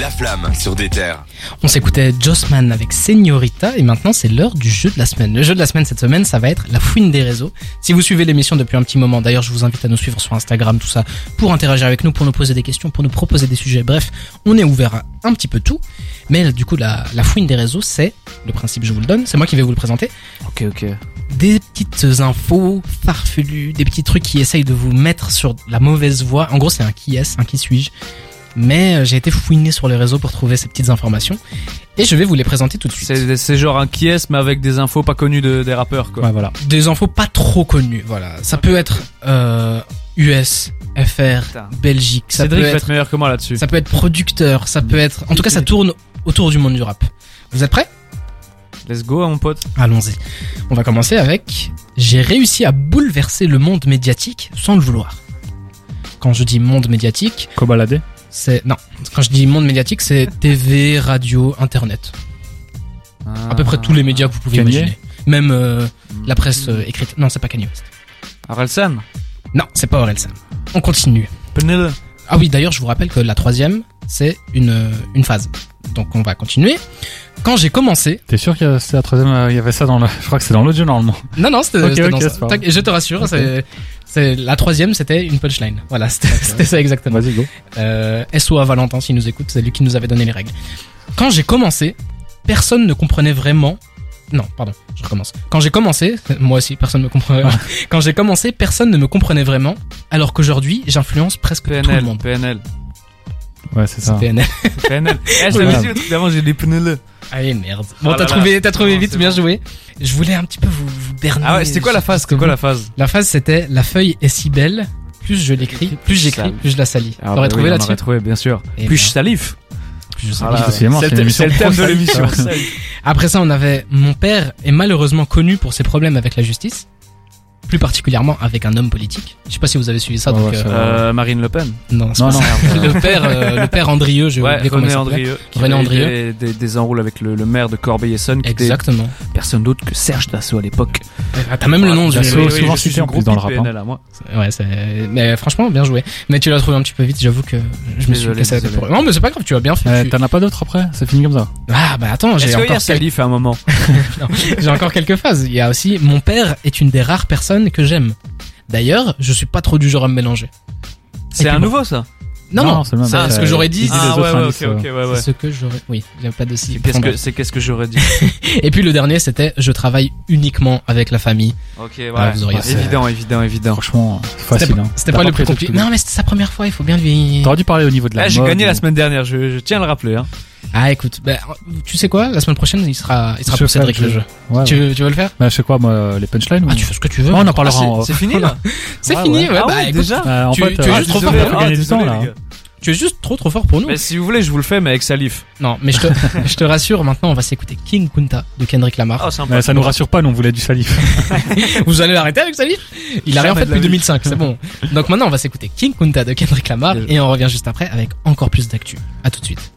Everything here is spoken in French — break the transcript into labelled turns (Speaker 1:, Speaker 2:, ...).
Speaker 1: La flamme sur des terres.
Speaker 2: On s'écoutait Jossman avec Señorita et maintenant c'est l'heure du jeu de la semaine. Le jeu de la semaine cette semaine, ça va être la fouine des réseaux. Si vous suivez l'émission depuis un petit moment, d'ailleurs, je vous invite à nous suivre sur Instagram, tout ça, pour interagir avec nous, pour nous poser des questions, pour nous proposer des sujets. Bref, on est ouvert à un petit peu tout. Mais du coup, la, la fouine des réseaux, c'est le principe, je vous le donne, c'est moi qui vais vous le présenter.
Speaker 3: Ok, ok.
Speaker 2: Des petites infos farfelues, des petits trucs qui essayent de vous mettre sur la mauvaise voie. En gros, c'est un qui est, un qui suis-je mais euh, j'ai été fouiné sur les réseaux pour trouver ces petites informations et je vais vous les présenter tout de suite.
Speaker 3: C'est c'est genre un qui est mais avec des infos pas connues de, des rappeurs quoi.
Speaker 2: Ouais, voilà. Des infos pas trop connues, voilà. Ça peut être euh, US, FR,
Speaker 3: Putain.
Speaker 2: Belgique, ça peut
Speaker 3: Cédric va
Speaker 2: être,
Speaker 3: être meilleur que moi là-dessus.
Speaker 2: ça peut être producteur, ça peut être... En tout cas, ça tourne autour du monde du rap. Vous êtes prêts
Speaker 3: Let's go hein, mon pote.
Speaker 2: Allons-y. On va commencer avec... J'ai réussi à bouleverser le monde médiatique sans le vouloir. Quand je dis monde médiatique,
Speaker 4: Cobaladé
Speaker 2: C'est non. Quand je dis monde médiatique, c'est TV, radio, internet. À peu près tous les médias que vous pouvez
Speaker 4: Kanye
Speaker 2: imaginer. Même euh, la presse euh, écrite. Non, c'est pas Kanye West.
Speaker 3: Ah, Arelsan.
Speaker 2: Non, c'est pas Orelsan. On continue.
Speaker 3: Penel.
Speaker 2: Ah oui, d'ailleurs, je vous rappelle que la troisième, c'est une euh, une phase. Donc on va continuer. Quand j'ai commencé,
Speaker 4: T'es sûr que c'était la troisième euh, Il y avait ça dans le. Je crois que c'est dans l'audio normalement.
Speaker 2: non non, c'était
Speaker 4: Ok,
Speaker 2: c'était
Speaker 4: ok,
Speaker 2: dans ça.
Speaker 4: c'est pas
Speaker 2: T'inqui- Je te rassure,
Speaker 4: Ok.
Speaker 2: c'est c'est la troisième, c'était une punchline. Voilà, c'était c'était ça exactement.
Speaker 4: Vas-y, go.
Speaker 2: Euh, SO à Valentin s'il nous écoute, c'est lui qui nous avait donné les règles. Quand j'ai commencé, personne ne comprenait vraiment. Non, pardon, je recommence. Quand j'ai commencé, moi aussi, personne ne me comprenait. Quand j'ai commencé, personne ne me comprenait vraiment, alors qu'aujourd'hui, j'influence presque tout le
Speaker 3: PNL.
Speaker 2: monde.
Speaker 3: PNL.
Speaker 4: Ouais, c'est ça.
Speaker 2: PNL.
Speaker 3: C'est PNL. Eh, je
Speaker 2: Oui.
Speaker 3: t'avais dit le truc d'avant, j'ai des PNL.
Speaker 2: Allez merde. Bon,
Speaker 3: Ah
Speaker 2: t'as
Speaker 3: là
Speaker 2: trouvé,
Speaker 3: là.
Speaker 2: t'as trouvé
Speaker 3: Non,
Speaker 2: vite,
Speaker 3: c'est
Speaker 2: bien
Speaker 3: bon.
Speaker 2: joué. Je voulais un petit peu vous, vous berner.
Speaker 3: Ah ouais, c'était quoi la phase C'était quoi la phase
Speaker 2: La phrase c'était la feuille est si belle. Plus je l'écris, plus j'écris,
Speaker 3: Sale.
Speaker 2: plus je la salis.
Speaker 3: Ah,
Speaker 2: T'aurais
Speaker 3: bah
Speaker 2: trouvé
Speaker 3: oui, on
Speaker 2: là-dessus
Speaker 3: aurait trouvé, bien sûr.
Speaker 2: Eh
Speaker 3: Puis
Speaker 2: ben,
Speaker 3: je salif.
Speaker 2: plus je salis.
Speaker 3: Voilà.
Speaker 4: C'est marrant,
Speaker 3: C'est
Speaker 4: c'est une
Speaker 3: le- c'est le
Speaker 4: émission
Speaker 3: thème de
Speaker 4: pro-
Speaker 3: l'émission.
Speaker 2: Après ça, on avait mon père est malheureusement connu pour ses problèmes avec la justice, plus particulièrement avec un homme politique. Je sais pas si vous avez suivi ça.
Speaker 4: Ouais,
Speaker 2: donc,
Speaker 4: ouais,
Speaker 2: euh,
Speaker 4: ça-
Speaker 3: Euh, Marine Le Pen.
Speaker 2: non, c'est
Speaker 4: Non,
Speaker 2: pas
Speaker 4: non,
Speaker 2: ça. le père, euh, le père Andrieux, je
Speaker 3: Ouais,
Speaker 2: oublié comment il
Speaker 3: René
Speaker 2: s'appelait.
Speaker 3: Andrieux. qui
Speaker 2: René
Speaker 3: avait
Speaker 2: Andrieux.
Speaker 3: Des, des, des enroules avec le, le maire de Corbeil-Essonne, qui était
Speaker 2: Exactement.
Speaker 3: personne d'autre que Serge Dassault à l'époque.
Speaker 2: Ah, T'as même le nom du.
Speaker 4: Voilà, Dassault,
Speaker 2: Oui, oui.
Speaker 4: souvent
Speaker 3: je suis
Speaker 4: cité en
Speaker 3: du
Speaker 4: plus dans le rap, hein.
Speaker 3: PNL à moi.
Speaker 2: Ouais, c'est- mais franchement, bien joué. Mais tu l'as trouvé un petit peu vite. J'avoue que je me suis
Speaker 3: Désolé,
Speaker 2: cassé la tête
Speaker 3: désolé.
Speaker 2: pour. Non, mais c'est pas grave. Tu as bien fait.
Speaker 4: Euh,
Speaker 2: Tu-
Speaker 4: T'en as pas d'autres après C'est fini comme ça
Speaker 2: Ah bah attends, j'ai
Speaker 3: Est-ce qu'il y a
Speaker 2: encore quelques-
Speaker 3: Salif à un moment
Speaker 2: J'ai encore quelques phases. Il y a aussi mon père est une des rares personnes que j'aime. D'ailleurs, je suis pas trop du genre à me mélanger.
Speaker 3: C'est
Speaker 2: puis
Speaker 3: un
Speaker 2: bon.
Speaker 3: nouveau ça Ah,
Speaker 2: Non, non,
Speaker 4: c'est le même.
Speaker 2: ça,
Speaker 4: Ouais,
Speaker 2: ce que j'aurais dit, Ah,
Speaker 4: il dit les autres indices, euh,
Speaker 3: ouais, ouais.
Speaker 2: c'est ce que j'aurais. Oui, il y a pas de si.
Speaker 3: C'est Qu'est-ce que, c'est qu'est-ce que j'aurais dit
Speaker 2: Et puis le dernier, c'était je travaille uniquement avec la famille.
Speaker 3: Ok, ouais.
Speaker 2: Ah, vous auriez-
Speaker 3: Ouais, évident, évident, évident.
Speaker 4: Franchement, c'est
Speaker 2: C'était
Speaker 4: facile.
Speaker 2: pas,
Speaker 4: hein.
Speaker 2: c'était
Speaker 4: T'as
Speaker 2: pas le plus
Speaker 4: pris
Speaker 2: compliqué.
Speaker 4: tout.
Speaker 2: Non, Ah, mais c'était sa première fois, il faut bien lui.
Speaker 4: T'aurais dû parler au niveau de la
Speaker 3: Là, j'ai
Speaker 4: mode,
Speaker 3: gagné
Speaker 4: ou-
Speaker 3: la semaine dernière, je, je tiens à le rappeler. Hein.
Speaker 2: Ah, écoute, bah, tu sais quoi La semaine prochaine, il sera, il sera
Speaker 4: Je
Speaker 2: pour
Speaker 4: fais
Speaker 2: Cédric le
Speaker 4: le
Speaker 2: jeu.
Speaker 4: jeu. Ouais,
Speaker 2: Tu, veux, tu veux le faire
Speaker 4: Bah, je sais quoi, moi, euh, les punchlines ou-
Speaker 2: Ah, tu fais ce que tu veux.
Speaker 4: Ouais, on en
Speaker 3: Ah,
Speaker 4: parlera
Speaker 3: c'est,
Speaker 4: en.
Speaker 3: c'est fini là
Speaker 2: C'est
Speaker 4: ouais,
Speaker 2: fini,
Speaker 4: ouais.
Speaker 2: ouais,
Speaker 3: Ah
Speaker 2: bah,
Speaker 3: ouais,
Speaker 2: écoute,
Speaker 3: déjà
Speaker 4: Euh, en
Speaker 2: Tu-
Speaker 4: fait,
Speaker 2: tu
Speaker 4: euh,
Speaker 2: es
Speaker 4: ah,
Speaker 2: juste trop
Speaker 4: désolé,
Speaker 2: fort,
Speaker 4: faut
Speaker 3: Ah,
Speaker 4: gagner du temps
Speaker 3: désolé,
Speaker 4: là.
Speaker 3: les gars.
Speaker 2: Tu es juste trop trop fort pour nous.
Speaker 3: Mais si vous voulez, je vous le fais, mais avec Salif.
Speaker 2: Non, mais je te, je te rassure, maintenant on va s'écouter King Kunta de Kendrick Lamar.
Speaker 3: Ah, sympa.
Speaker 4: Mais ça nous rassure pas, nous on voulait du salif.
Speaker 2: Vous allez l'arrêter avec Salif Il a rien
Speaker 3: Ah. Jamais
Speaker 2: fait
Speaker 3: de la
Speaker 2: depuis
Speaker 3: vie.
Speaker 2: 2005, c'est bon. Donc maintenant on va s'écouter King Kunta de Kendrick Lamar
Speaker 3: Bien joué.
Speaker 2: et on revient juste après avec encore plus d'actu. À tout de suite.